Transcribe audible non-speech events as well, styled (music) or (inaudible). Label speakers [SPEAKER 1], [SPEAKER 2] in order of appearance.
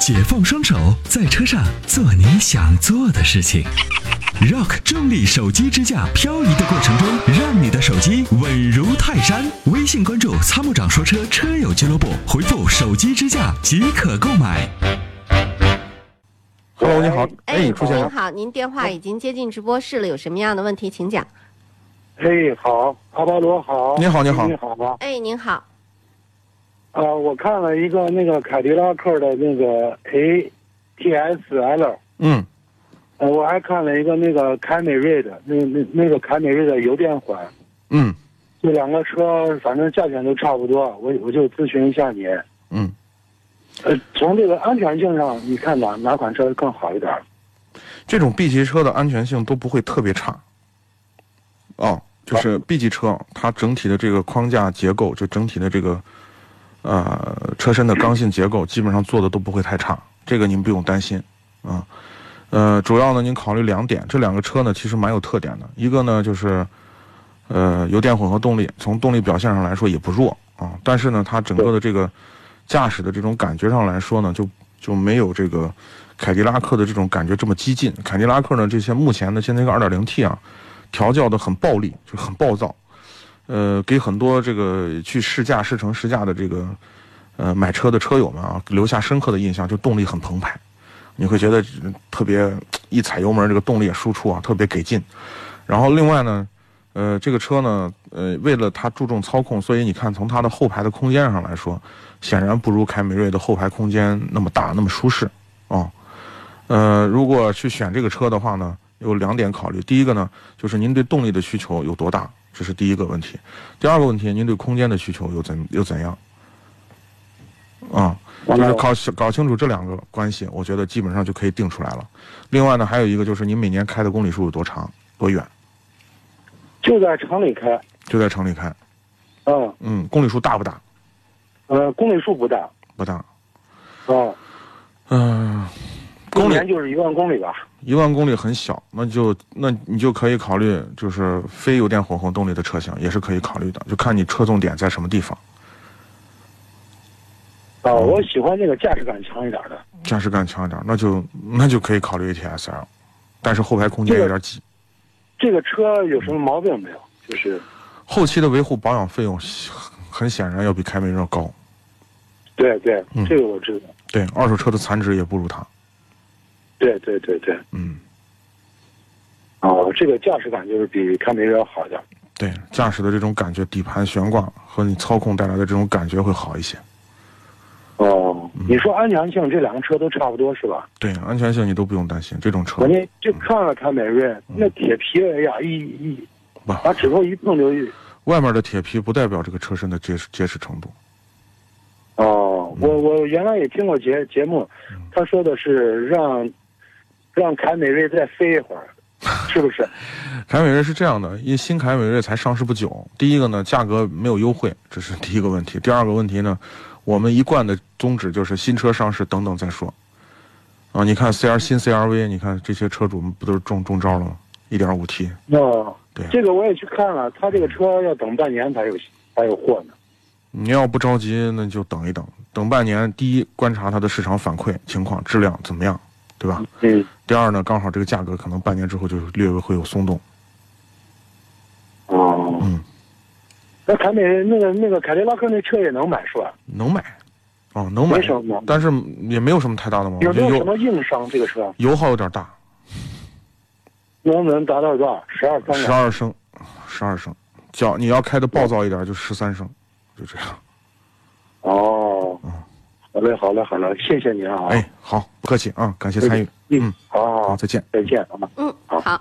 [SPEAKER 1] 解放双手，在车上做你想做的事情。Rock 重力手机支架，漂移的过程中，让你的手机稳如泰山。微信关注“参谋长说车”车友俱乐部，回复“手机支架”即可购买。
[SPEAKER 2] Hello，你好，
[SPEAKER 3] 哎，
[SPEAKER 2] 朱先
[SPEAKER 3] 您
[SPEAKER 2] 生，
[SPEAKER 3] 好，您电话已经接进直播室了，有什么样的问题请讲。
[SPEAKER 4] 嘿，哎好，阿波罗好，
[SPEAKER 2] 你好你好
[SPEAKER 4] 你好吗？
[SPEAKER 3] 哎，您好，
[SPEAKER 4] 啊、我看了一个那个凯迪拉克的那个 A T S L，
[SPEAKER 2] 嗯，
[SPEAKER 4] 呃，我还看了一个那个凯美瑞的，那那那个凯美瑞的油电款，
[SPEAKER 2] 嗯
[SPEAKER 4] 这两个车反正价钱都差不多，我我就咨询一下你，
[SPEAKER 2] 嗯，
[SPEAKER 4] 呃，从这个安全性上，你看哪哪款车更好一点？
[SPEAKER 2] 这种 B 级车的安全性都不会特别差。哦，就是 B 级车，它整体的这个框架结构，就整体的这个呃车身的刚性结构，基本上做的都不会太差，这个您不用担心啊。呃，主要呢，您考虑两点，这两个车呢其实蛮有特点的，一个呢就是呃油电混合动力，从动力表现上来说也不弱啊，但是呢，它整个的这个驾驶的这种感觉上来说呢，就就没有这个凯迪拉克的这种感觉这么激进。凯迪拉克呢，这些目前的现在这个 2.0T 啊，调教的很暴力，就是很暴躁，呃，给很多这个去试驾、试乘、试驾的这个呃买车的车友们啊，留下深刻的印象，就动力很澎湃，你会觉得呃特别一踩油门，这个动力输出啊特别给劲。然后另外呢，呃，这个车呢，呃，为了它注重操控，所以你看从它的后排的空间上来说，显然不如凯美瑞的后排空间那么大、那么舒适啊、呃，如果去选这个车的话呢，有两点考虑。第一个呢，就是您对动力的需求有多大，这是第一个问题。第二个问题，您对空间的需求又怎又怎样？啊、就是搞搞清楚这两个关系，我觉得基本上就可以定出来了。另外呢，还有一个就是您每年开的公里数有多长、多远，
[SPEAKER 4] 就在城里开，啊
[SPEAKER 2] 就在城里开。
[SPEAKER 4] 嗯，
[SPEAKER 2] 嗯，公里数大不大？
[SPEAKER 4] 呃，公里数不大，
[SPEAKER 2] 不大。
[SPEAKER 4] 啊、
[SPEAKER 2] 嗯、
[SPEAKER 4] 一
[SPEAKER 2] 公里
[SPEAKER 4] 年就是一万公里吧，
[SPEAKER 2] 一万公里很小，那就那你就可以考虑就是非油电混合动力的车型也是可以考虑的，就看你车重点在什么地方，
[SPEAKER 4] 啊、我喜欢那个驾驶感强一点的。
[SPEAKER 2] 驾驶感强一点，那就那就可以考虑 ATS L，但是后排空间有点挤，
[SPEAKER 4] 这个车有什么毛病没有？就是
[SPEAKER 2] 后期的维护保养费用很显然要比凯美瑞要高，
[SPEAKER 4] 对对
[SPEAKER 2] 嗯，
[SPEAKER 4] 这个我知道。
[SPEAKER 2] 对，二手车的残值也不如它，
[SPEAKER 4] 对对对对，
[SPEAKER 2] 嗯，
[SPEAKER 4] 哦，这个驾驶感就是比凯美瑞要好一点。
[SPEAKER 2] 对，驾驶的这种感觉，底盘悬挂和你操控带来的这种感觉会好一些，
[SPEAKER 4] 哦，
[SPEAKER 2] 嗯
[SPEAKER 4] 你说安全性，这两个车都差不多是吧？
[SPEAKER 2] 对，安全性你都不用担心，这种车
[SPEAKER 4] 我那就看了凯美瑞，
[SPEAKER 2] 嗯
[SPEAKER 4] 那铁皮，哎呀，一一
[SPEAKER 2] 不
[SPEAKER 4] 把指头一碰就一。
[SPEAKER 2] 外面的铁皮不代表这个车身的结实结实程度，
[SPEAKER 4] 哦，
[SPEAKER 2] 嗯
[SPEAKER 4] 我我原来也听过节节目，他说的是让让凯美瑞再飞一
[SPEAKER 2] (laughs)
[SPEAKER 4] 会儿，是不是？
[SPEAKER 2] 凯美瑞是这样的，因为新凯美瑞才上市不久，第一个呢，价格没有优惠，这是第一个问题。第二个问题呢，我们一贯的宗旨就是新车上市等等再说。啊，你看 C R 新 C R V，你看这些车主们不都是中中招了吗？一点五 T，
[SPEAKER 4] 哦，
[SPEAKER 2] 对啊
[SPEAKER 4] 这个我也去看了，他这个车要等半年才有才有货呢。
[SPEAKER 2] 你要不着急，那就等一等，等半年。第一，观察它的市场反馈情况、质量怎么样，对吧？
[SPEAKER 4] 嗯，
[SPEAKER 2] 第二呢，刚好这个价格可能半年之后就略微会有松动。
[SPEAKER 4] 哦，
[SPEAKER 2] 嗯，
[SPEAKER 4] 那凯美那个那个凯迪拉克那车也能买是吧？
[SPEAKER 2] 能买，哦，能买
[SPEAKER 4] 没什么毛病，
[SPEAKER 2] 但是也没有什么太大的毛病。
[SPEAKER 4] 有没有
[SPEAKER 2] 就
[SPEAKER 4] 什么硬伤？这个车
[SPEAKER 2] 油耗有点大，
[SPEAKER 4] 能不能达到多少？十二三啊
[SPEAKER 2] 十
[SPEAKER 4] 两？
[SPEAKER 2] 二升，十二升。脚你要开的暴躁一点，就十三升，就这样。
[SPEAKER 4] 哦，
[SPEAKER 2] 嗯
[SPEAKER 4] 好嘞，好嘞，好嘞，谢谢您啊！
[SPEAKER 2] 哎哎，好，不客气啊，感谢参与。
[SPEAKER 4] 嗯
[SPEAKER 2] 嗯，
[SPEAKER 4] 好好
[SPEAKER 2] 好，
[SPEAKER 4] 好，
[SPEAKER 2] 再见。
[SPEAKER 4] 再见啊。
[SPEAKER 3] 嗯，
[SPEAKER 4] 好
[SPEAKER 3] 好。